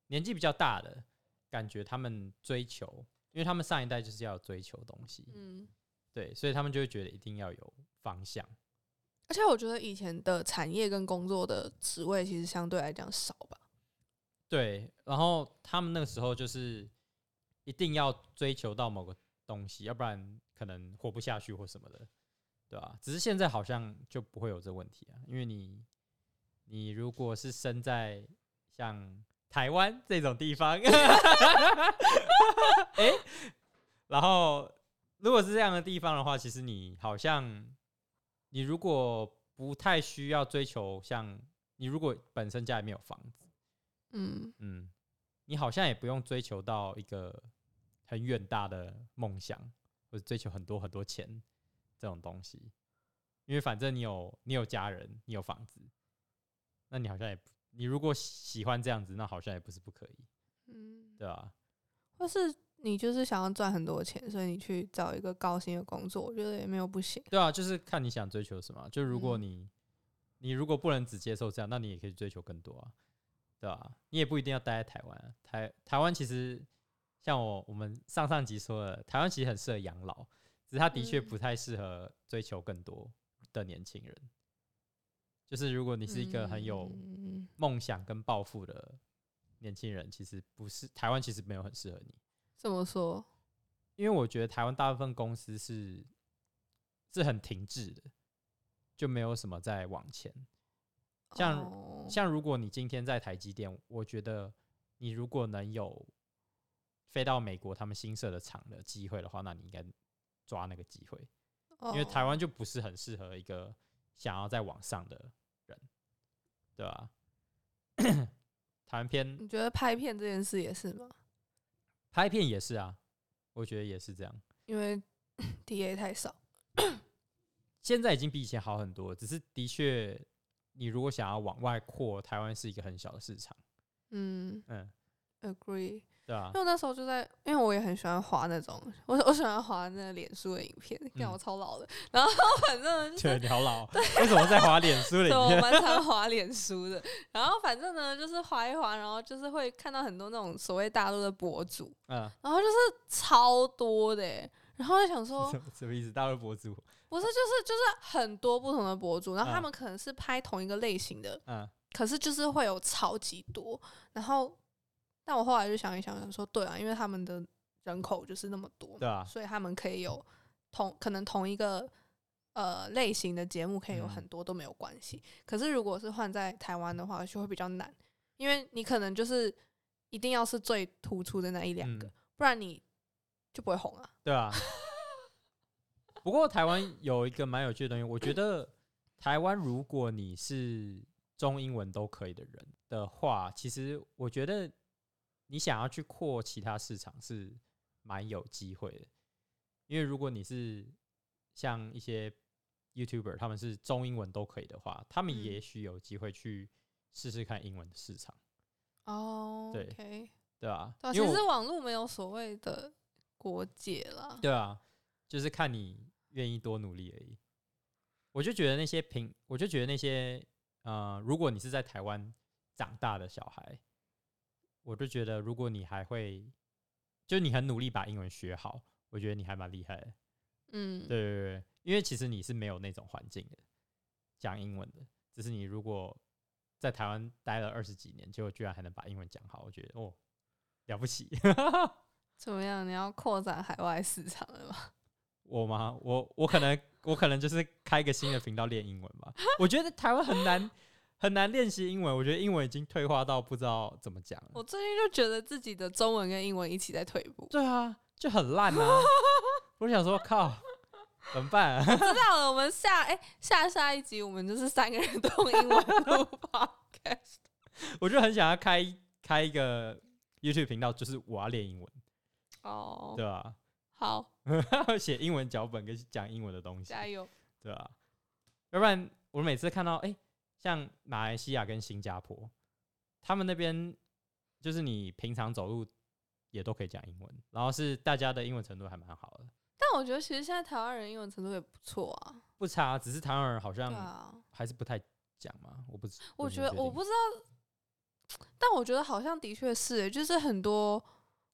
A: 年纪比较大的，感觉他们追求，因为他们上一代就是要有追求东西，
B: 嗯，
A: 对，所以他们就会觉得一定要有方向。
B: 而且我觉得以前的产业跟工作的职位其实相对来讲少吧，
A: 对，然后他们那个时候就是一定要追求到某个东西，要不然可能活不下去或什么的，对吧、只是现在好像就不会有这问题啊，因为你你如果是生在像台湾这种地方，哎、然后如果是这样的地方的话，其实你好像你如果不太需要追求像你如果本身家里面有房子。
B: 嗯，
A: 嗯，你好像也不用追求到一个很远大的梦想，或者追求很多很多钱这种东西。因为反正你有你有家人，你有房子，那你好像也不你如果喜欢这样子，那好像也不是不可以，
B: 嗯，
A: 对吧？
B: 或是你就是想要赚很多钱，所以你去找一个高薪的工作，我觉得也没有不行。
A: 对啊，就是看你想追求什么。就如果
B: 嗯
A: 你、你如果不能只接受这样，那你也可以追求更多啊，对吧、你也不一定要待在台湾啊、台台湾其实像我我们上上集说的，台湾其实很适合养老，只是它的确
B: 嗯
A: 不太适合追求更多的年轻人。就是如果你
B: 你
A: 是一个很有
B: 嗯、
A: 梦想跟抱负的年轻人，其实不是台湾，其实没有很适合你。
B: 这么说，
A: 因为我觉得台湾大部分公司是是很停滞的，就没有什么在往前。像
B: 哦
A: 像如果你今天在台积电，我觉得你如果能有飞到美国他们新设的厂的机会的话，那你应该抓那个机会，因为台
B: 哦
A: 湾就不是很适合一个想要再往上的人，对吧、 台湾偏
B: 你觉得拍片这件事也是吗？
A: 拍片也是啊，我觉得也是这样。
B: 因为 DA 太少，
A: 现在已经比以前好很多，只是的确，你如果想要往外扩，台湾是一个很小的市场，
B: 嗯
A: 嗯，
B: ，agree。
A: 对啊
B: 因为，我那时候就在，因为我也很喜欢滑那种，我我喜欢滑那个脸书的影片，看
A: 嗯
B: 我超老的。然后 反正呢就
A: 对，
B: 是，
A: 你好老哦， 为什么在滑脸书里
B: 对我
A: 面？
B: 蛮 常滑脸书的。然后反正呢，就是滑一滑，然后就是会看到很多那种所谓大陆的博主，
A: 嗯，
B: 然后就是超多的欸、然后就想 说，
A: 什么什么意思？大陆博主，
B: 不是，就是就是很多不同的博主，然后他
A: 嗯
B: 们可能是拍同一个类型的，
A: 嗯，
B: 可是就是会有超级多。然后，但我后来就想一想，想说对啊，因为他们的人口就是那么多，
A: 对啊，
B: 所以他们可以有同可能同一个呃类型的节目可以有
A: 嗯
B: 很多都没有关系。可是如果是换在台湾的话，就会比较难，因为你可能就是一定要是最突出的那一两个，
A: 嗯
B: 不然你就不会红啊。
A: 对啊。不过台湾有一个蛮有趣的东西，我觉得台湾如果你是中英文都可以的人的话，其实我觉得你想要去扩其他市场是蛮有机会的，因为如果你是像一些 YouTuber，他们是中英文都可以的话，他们
B: 嗯
A: 也许有机会去试试看英文的市场，
B: 哦
A: 对
B: OK，
A: 对吧、
B: 对啊，
A: 因为
B: 其
A: 我
B: 实网络没有所谓的国界 啦。
A: 对啊，就是看你愿意多努力而已。我就觉得那些平，我就觉得那些呃，如果你是在台湾长大的小孩，我就觉得如果你还会，就你很努力把英文学好，我觉得你还蛮厉害的。
B: 嗯，
A: 对对对，因为其实你是没有那种环境的，讲英文的，只是你如果在台湾待了二十几年，结果居然还能把英文讲好，我觉得哦，了不起。
B: 怎么样？你要扩展海外市场了吗？
A: 我吗？我我可能我可能就是开一个新的频道练英文吧。我觉得台湾很难很难练习英文，我觉得英文已经退化到不知道怎么讲了。
B: 我最近就觉得自己的中文跟英文一起在退步。
A: 对啊，就很烂 啊！我想说，靠，怎么办、啊？
B: 知道了，我们下哎、下下一集我们就是三个人都用英文录 podcast。
A: 我就很想要开开一个 YouTube 频道，就是我要练英文，
B: 哦，
A: 对吧、
B: 好，
A: 写英文脚本跟讲英文的东西，
B: 加油！
A: 对吧、要不然我每次看到，哎、像马来西亚跟新加坡，他们那边就是你平常走路也都可以讲英文，然后是大家的英文程度还蛮好的，
B: 但我觉得其实现在台湾人英文程度也不错啊。
A: 不差，只是台湾人好
B: 对
A: 像
B: 啊，
A: 还是不太讲嘛，我不知，
B: 我
A: 不
B: 觉
A: 是
B: 得
A: 很确
B: 我
A: 定
B: 不知道，但我觉得好像的确是、欸，就是很多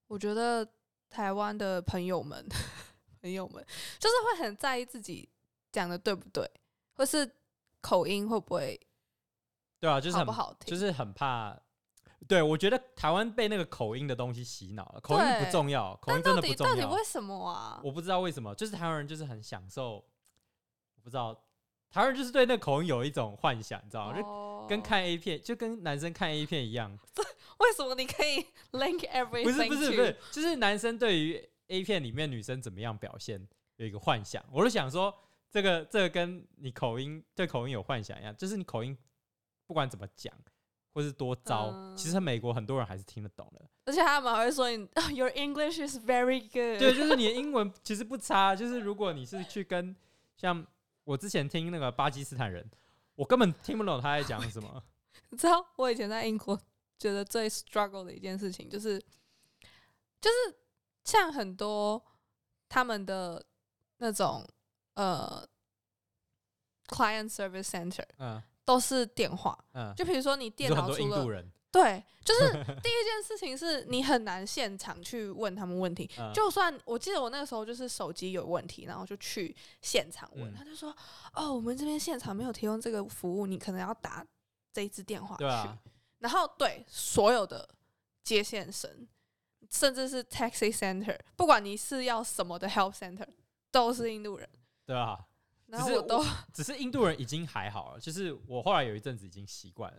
B: 我觉得台湾的朋友们， 朋友们就是会很在意自己讲的对不对，或是口音会不会
A: 对啊，就是
B: 好
A: 很
B: 不好听，
A: 就是很怕。对，我觉得台湾被那个口音的东西洗脑了，口音不
B: 对
A: 重要，口
B: 但
A: 音真
B: 到
A: 的不
B: 底
A: 重
B: 到底
A: 要。
B: 为什么啊？
A: 我不知道为什么，就是台湾人就是很享受，我不知道，台湾人就是对那口音有一种幻想，你知道吗？就
B: 哦
A: 跟看 A 片，就跟男生看 A 片一样，
B: 为什么你可以 link everything？
A: 不是不是不
B: to-
A: 是，就是男生对于 A 片里面女生怎么样表现有一个幻想，我就想说，这个这个跟你口音对口音有幻想一样，就是你口音不管怎么讲。或是多糟，
B: 嗯
A: 其实美国很多人还是听得懂的。
B: 而且他们还会说你、哦 Your English is very good。
A: 对，就是你的英文其实不差，就是如果你是去跟像我之前听那个巴基斯坦人，我根本听不懂他在讲什 么。
B: 你知道我以前在英国觉得最 struggle 的一件事情，就是就是像很多他们的那种呃 client service center
A: 嗯
B: 都是电话，
A: 嗯，
B: 就比如说你
A: 你
B: 电
A: 说很
B: 脑
A: 多
B: 出
A: 印
B: 了
A: 度人，
B: 对，就是第一件事情是你很难现场去问他们问题。
A: 嗯
B: 就算我记得我那个时候就是手机有问题，然后就去现场问，
A: 嗯
B: 他就说：“哦，我们这边现场没有提供这个服务，你可能要打这一支电话去。
A: 对啊，
B: 然后对所有的接线生，甚至是 taxi center，不管你是要什么的 help center，都是印度人。
A: 对啊，
B: 然后
A: 只是
B: 我都
A: 只是印度人已经还好了，就是我后来有一阵子已经习惯了，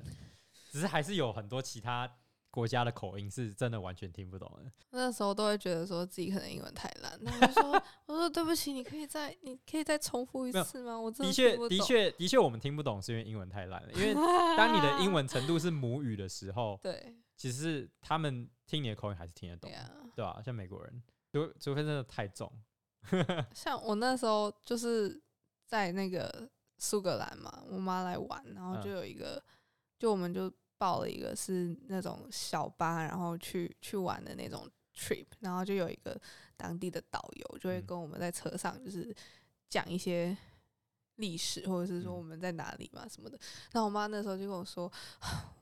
A: 只是还是有很多其他国家的口音是真的完全听不懂的。
B: 那时候都会觉得说自己可能英文太烂，那我就 说我说对不起，你可以再你可以再重复一
A: 没有
B: 次吗？我真
A: 的
B: 的
A: 确
B: 听不，
A: 的
B: 懂，，
A: 确，的确，我们听不懂是因为英文太烂了。因为当你的英文程度是母语的时候
B: 对
A: 其实是他们听你的口音还是听得懂
B: 对，啊，
A: 对吧、像美国人，除除非真的太重，
B: 像我那时候就是在那个苏格兰嘛，我妈来玩，然后
A: 嗯
B: 就有一个，就我们就报了一个是那种小巴，然后去去玩的那种 trip，然后就有一个当地的导游就会
A: 嗯
B: 跟我们在车上就是讲一些。历史，或者是说
A: 嗯
B: 我们在哪里嘛什么的。然后我妈那时候就跟我说，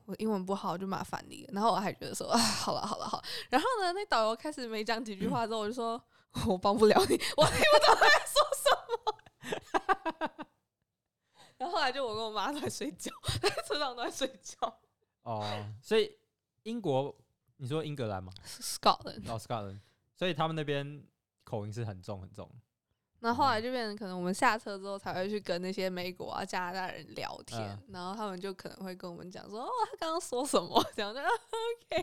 B: 我英文不好，就麻烦你了。然后我还觉得说啊，好了好了好了。然后呢，那导游开始没讲几句话之后，我就说我帮不了你，我听不懂他在说什么。然后后来就我跟我妈都在睡觉，在车上都在睡觉。
A: 哦， 所以英国，你说英格兰 吗？
B: Scotland，
A: 哦，Scotland，所以他们那边口音是很重很重。
B: 然后后来就变成可能我们下车之后才会去跟那些美国啊、加拿大人聊天，
A: 嗯
B: 然后他们就可能会跟我们讲说哦，他刚刚说什么， 这样就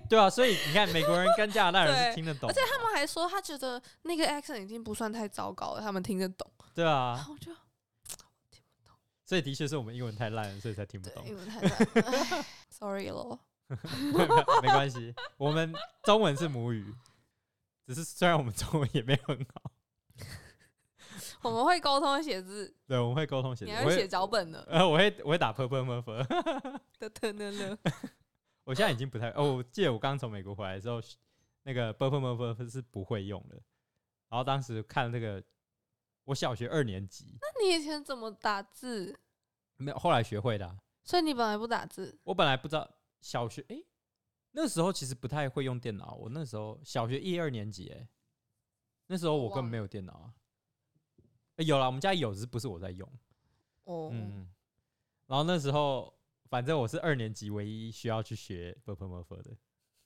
A: 对啊，所以你看美国人跟加拿大人是
B: 对
A: 听得懂的，
B: 而且他们还说他觉得那个 accent 已经不算太糟糕了，他们听得懂。
A: 对
B: 然
A: 啊，
B: 后我就
A: 所以的确是我们英文太烂了，所以才听不
B: 对
A: 懂，
B: 英。文太烂了 唉，sorry 咯。
A: 没关系，我们中文是母语，只是虽然我们中文也没有很好，
B: 我们会沟通会写字，
A: 对，我们会沟通写
B: 你
A: 作，
B: 还
A: 我
B: 会写脚本 呢。
A: 呃，我会我会打 purple m u f f
B: 的的呢 呢，
A: 我现在已经不太哦，我记得我刚从美国回来的时候，那个 purple m u f f 是不会用的，然后当时看那个我小学二年级，
B: 那你以前怎么打字？
A: 没有后来学会的啊、
B: 所以你本来不打字，
A: 我本来不知道小学，诶，那时候其实不太会用电脑。我那时候小学一二年级、诶，那时候我根本没有电脑啊。诶有啦，我们家有，只是不是我在用。
B: 哦，
A: 嗯，然后那时候反正我是二年级唯一需要去学 b u r p l e m u f 的，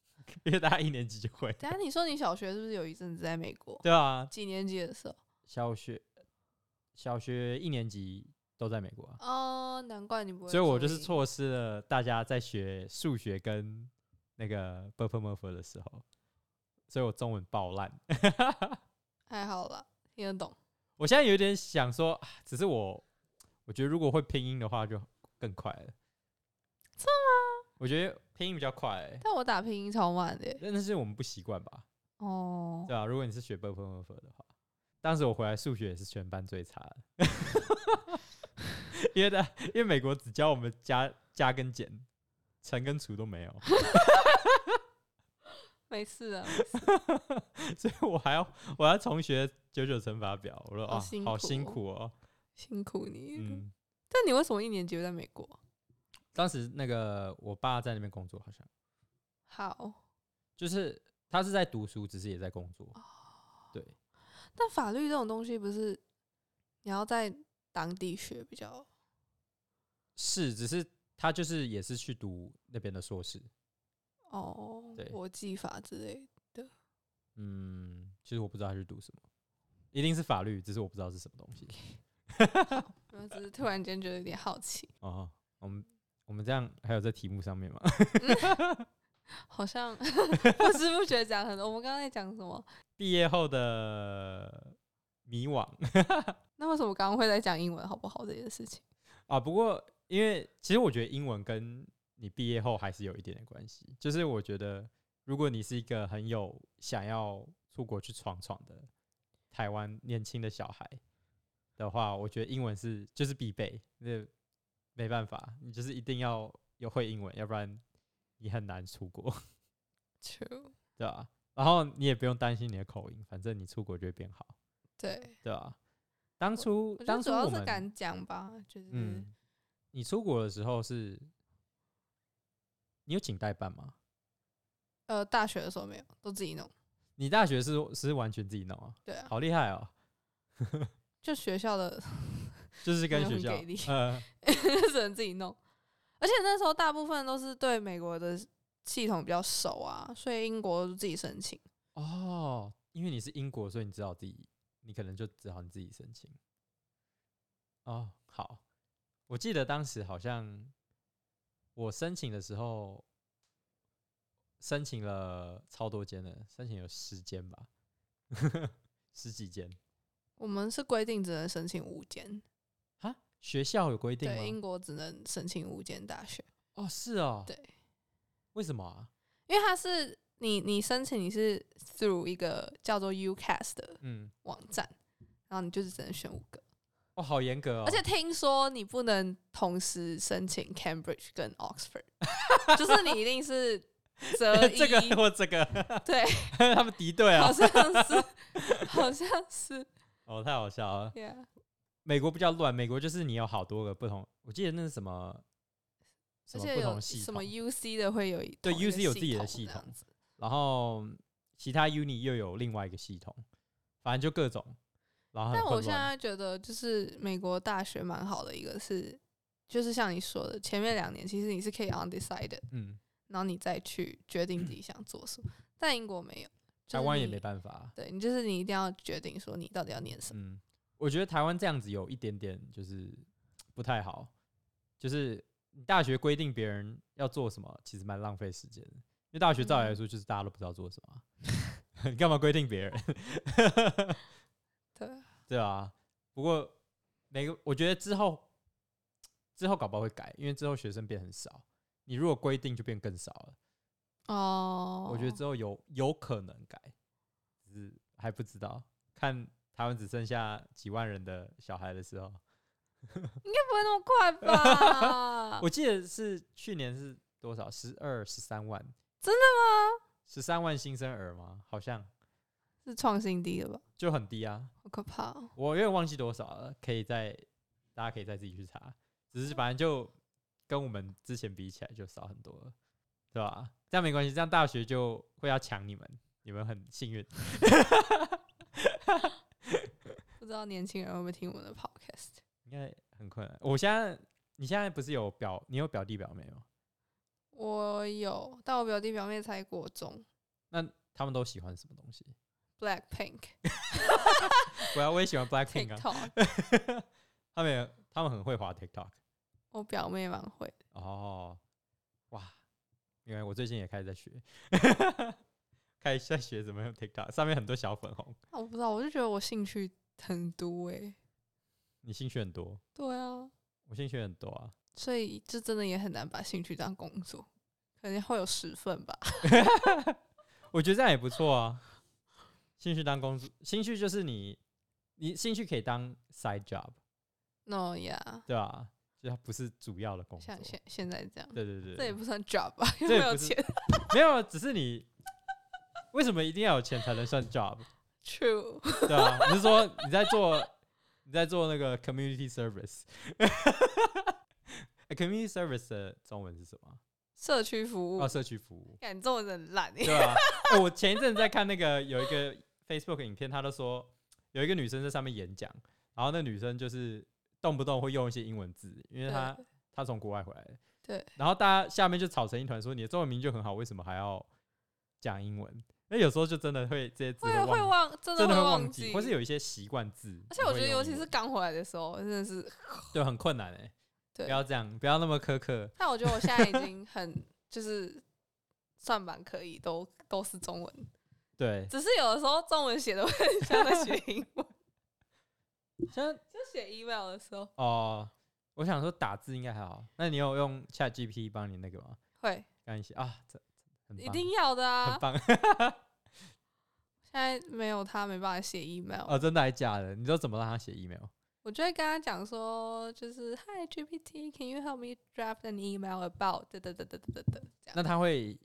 A: 因为大家一年级就会。
B: 等一下你说你小学是不是有一阵子在美国？
A: 对啊，
B: 几年级的时候？
A: 小学小学一年级都在美国啊，
B: 哦，难怪你不会注意。
A: 所以我就是错失了大家在学数学跟那个 b u r p l e m u f 的时候，所以我中文爆烂。
B: 还好啦，听得懂。
A: 我现在有点想说，啊只是我，我觉得如果会拼音的话就更快了。的
B: 真
A: 吗？我觉得拼音比较快、欸，
B: 但我打拼音超慢的耶。
A: 但那是我们不习惯吧？
B: 哦，
A: 对啊，如果你是学 b u r p l e m u f 的话，当时我回来数学也是全班最差的， 因为大因为美国只教我们加加跟减，乘跟除都没有，
B: 没事啊，
A: 所以我还要我还要重学九九乘法表，我说
B: 好
A: 啊，
B: 辛
A: 好
B: 苦
A: 辛
B: 哦
A: 苦哦，
B: 辛苦你。
A: 嗯。
B: 但你为什么一年级就在美国？
A: 当时那个我爸在那边工作，好像
B: 好，
A: 就是他是在读书，只是也在工作。
B: 哦
A: 对，
B: 但法律这种东西不是你要在当地学比较
A: 是，只是他就是也是去读那边的硕士。
B: 哦
A: 对，
B: 国际法之类的。
A: 嗯，其实我不知道他去读什么，一定是法律，只是我不知道是什么东西。
B: 我只是突然间觉得有点好奇，
A: 哦，我们我们这样还有在题目上面吗？
B: 好 像不知不觉讲很多。我们刚刚在讲什么？
A: 毕业后的迷惘
B: 那为什么刚刚会在讲英文好不好这件事情？
A: 啊，不过因为其实我觉得英文跟你毕业后还是有一点点关系，就是我觉得如果你是一个很有想要出国去闯闯的台湾年轻的小孩的话，我觉得英文是就是必备，那没办法，你就是一定要有会英文，要不然你很难出国，
B: True，
A: 对吧、然后你也不用担心你的口音，反正你出国就会变好，
B: 对，
A: 对吧、啊当初
B: 我觉
A: 当
B: 得主
A: 初我
B: 要是
A: 们
B: 敢讲吧，就是、
A: 嗯，你出国的时候是，你有请代办吗？
B: 呃，大学的时候没有，都自己弄。
A: 你大学是是完全自己弄啊，
B: 对啊，
A: 好厉害哦！
B: 就学校的
A: 就是跟
B: 没有
A: 学
B: 很
A: 校
B: 给力，
A: 呃，
B: 只能自己弄，而且那时候大部分都是对美国的系统比较熟啊，所以英国就自己申请。
A: 哦，因为你是英国，所以你知道自己，你可能就只好你自己申请。哦，好，我记得当时好像我申请的时候，申请了超多间的，申请有十间吧， 十几间
B: 我们是规定只能申请五间，
A: 啊？学校有规定
B: 对，
A: 吗？
B: 英国只能申请五间大学，
A: 哦，是哦，
B: 对，
A: 为什么啊？
B: 因为它是你你申请你是 through 一个叫做 UCAS 的
A: 嗯，
B: 网站，然后你就是只能选五个，
A: 哦，好严格哦，
B: 而 且听说你不能同时申请 Cambridge 跟 Oxford，就是你一定 是择一，
A: 这个或这个，
B: 对，
A: 他们敌对啊
B: 好，像是，好像是
A: 哦，太好笑了。
B: ，Yeah，
A: 美国比较乱，美国就是你有好多个不同，我记得那是什么什
B: 而
A: 么
B: 且
A: 不同
B: 有
A: 系
B: 什
A: 统，
B: 么 UC 的会有一
A: 对
B: 同一个
A: UC 有自己的
B: 系
A: 系
B: 统
A: 统
B: 这样子，
A: 然后其他 uni 又有另外一个系统，反正就各种。然后很
B: 但我
A: 混
B: 现
A: 乱
B: 在觉得，就是美国大学蛮好的一个是，就是像你说的，前面两年其实你是可以 undecided，
A: 嗯，
B: 然后你再去决定自己想做什么。但英国没有，就是
A: 台湾也
B: 你
A: 没办法。啊
B: 对你就是你一定要决定说你到底要念什么。
A: 嗯，我觉得台湾这样子有一点点就是不太好，就是你大学规定别人要做什么，其实蛮浪费时间的。因为大学照理来说就是大家都不知道做什么啊， 你干嘛规定别人？
B: 对，
A: 对啊，不过每个我觉得之后之后搞不好会改，因为之后学生变很少，你如果规定就变更少了。
B: 哦，
A: 我觉得之后有有可能改，只是还不知道，看台湾只剩下几万人的小孩的时候，
B: 应该不会那么快吧？
A: 我记得是去年是多少？十二十三万，
B: 真的吗？
A: 十三万新生儿吗？好像
B: 是创新低了吧？
A: 就很低啊，
B: 好可怕、哦！
A: 我有点忘记多少了，可以再大家可以再自己去查。只是反正就跟我们之前比起来就少很多了，对吧？这样没关系，这样大学就会要抢你们，你们很幸运。
B: 不知道年轻人会不会听我们的 podcast？
A: 应该很困难。我现在你现在不是有表，你有表弟表妹吗？
B: 我有，但我表弟表妹才国中
A: 那他们都喜欢什么东西？
B: ，Black Pink
A: 我要我也喜欢 Blackpink 啊，
B: TikTok。
A: 他们也他们很会滑 TikTok
B: 我表妹蛮会的，
A: 哦，哇！因为我最近也开始在学，开始在学怎么用 TikTok，上面很多小粉红，
B: 啊我不知道，我就觉得我兴趣很多诶、
A: 你兴趣很多。
B: 对啊，
A: 我兴趣很多啊，
B: 所以这真的也很难把兴趣当工作，可能会有十份吧。
A: 我觉得这样也不错啊。兴趣当工作，兴趣就是你，你兴趣可以当 side job，
B: No 呀，
A: 对吧、就它不是主要的工作
B: 像。现现在这样，
A: 对对对，
B: 这也
A: 对
B: 不算 job 吧？又
A: 这
B: 没
A: 也
B: 有
A: 不是
B: 钱。
A: 没有，啊只是你 为什么一定要有钱才能算 job？
B: True，
A: 对吧、啊？你是说你在做你在做那个 community service？欸 community service 的中文是什么？
B: 社区服务
A: 哦，，社区服务。
B: 感中文很烂诶、
A: 对啊，欸我前一阵在看那个有一个 Facebook 影片，他都说有一个女生在上面演讲，然后那女生就是动不动会用一些英文字，因为她她从国外回来的。
B: 对。
A: 然后大家下面就吵成一团，说你的中文名就很好，为什么还要讲英文？那有时候就真的会这些字
B: 会啊
A: 忘，
B: 会忘，真的
A: 真的会
B: 会
A: 忘
B: 记，
A: 或是有一些习惯字。
B: 而且我
A: 你会
B: 觉得，
A: 用
B: 尤其
A: 英
B: 是
A: 文
B: 刚回来的时候，真的是
A: 就很困难哎、
B: 对
A: 不。要这样，不要那么苛刻。
B: 但我觉得我现在已经很就是算蛮可以，都都是中文，
A: 对，
B: 只是有的时候中文写的会很像在学英文。
A: 像
B: 就写 email 的时候
A: 哦、我想说打字应该还好。那你有用 Chat GPT 帮你那个吗？
B: 会，
A: 干一些啊，这很
B: 一
A: 棒
B: 定要的啊
A: 很！棒
B: 现在没有他没办法写 email，、
A: 呃哦，真的还假的？你知道怎么让他写 email？
B: 我就会跟他讲说，就是 Hi GPT，Can you help me draft an email about 得得得得得得得，这
A: 那
B: 样
A: 他会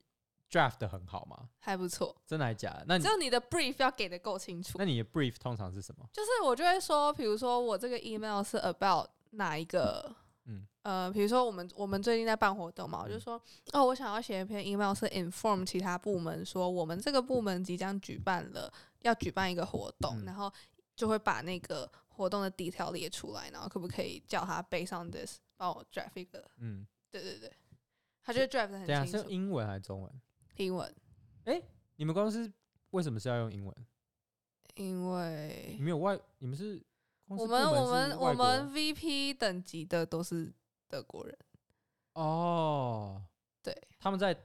A: draft 的很好吗？
B: 还不错。
A: 真的还假的？那你
B: 只有你的 brief 要给的够清楚
A: 那。你的 brief 通常是什么？
B: 就是我就会说，比如说我这个 email 是 about 哪一个，
A: 嗯
B: 嗯，呃，比如说我们我们最近在办活动嘛，我就
A: 嗯
B: 说，哦，我想要写一篇 email 是 inform 其他部门说我们这个部门即将举办了要举办一个活动，
A: 嗯
B: 然后就会把那个活动的 detail 列出来，然后可不可以叫他 based on this 帮我 draft 一个？
A: 嗯，
B: 对对对，他就会 draft 得
A: 对啊，
B: 很
A: 是
B: 清
A: 用
B: 楚，
A: 英文还是中文？
B: 英文，
A: 你们公司为什么是要用英文？
B: 因
A: 你
B: 为
A: 们有外？你们是嗯公司
B: 我们
A: 部门
B: 我
A: 是
B: 们我
A: 外国
B: 们 VP 等级的都是德国人。
A: 哦，
B: 对，
A: 他们在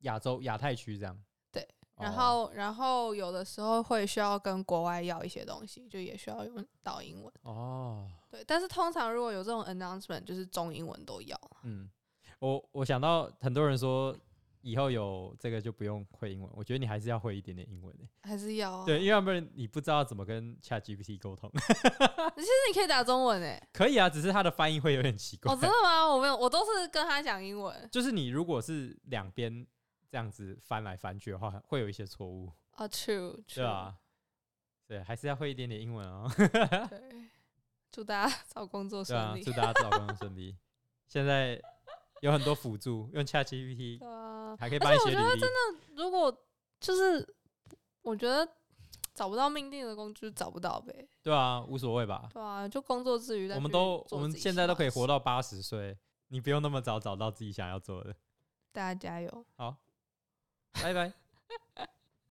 A: 亚洲亚太区这样。
B: 对
A: 哦，
B: 然后，然后有的时候会需要跟国外要一些东西，就也需要用到英文。
A: 哦，
B: 对，但是通常如果有这种 announcement，就是中英文都要。
A: 嗯，我我想到很多人说以后有这个就不用会英文，我觉得你还是要会一点点英文的、
B: 还是要、啊，
A: 对，因为要不然你不知道怎么跟 Chat GPT 沟通。
B: 但是你可以打中文诶、
A: 可以啊，只是它的翻译会有点奇怪。
B: 哦，真的吗？我没有，我都是跟他讲英文。
A: 就是你如果是两边这样子翻来翻去的话，会有一些错误，
B: 哦、t r u e
A: 对啊吧？对，还是要会一点点英文哦。
B: 对，祝大家 找工作
A: 对啊
B: 顺，利。
A: 祝大家找工作顺利。现在有很多辅助，用 ChatGPT
B: 对啊，
A: 还可以
B: 而
A: 帮你
B: 且
A: 写
B: 我
A: 履
B: 觉得
A: 历。
B: 如果就是我觉得找不到命定的工作，就是找不到呗。
A: 对啊，无所谓吧。
B: 对啊，就工作之余再
A: 我们
B: 去
A: 都
B: 做
A: 我们
B: 自己
A: 现
B: 喜
A: 在都
B: 欢
A: 可以
B: 的
A: 活
B: 事，啊
A: 到八十岁，你不用那么早找到自己想要做的。
B: 大家加油。
A: 好，拜拜。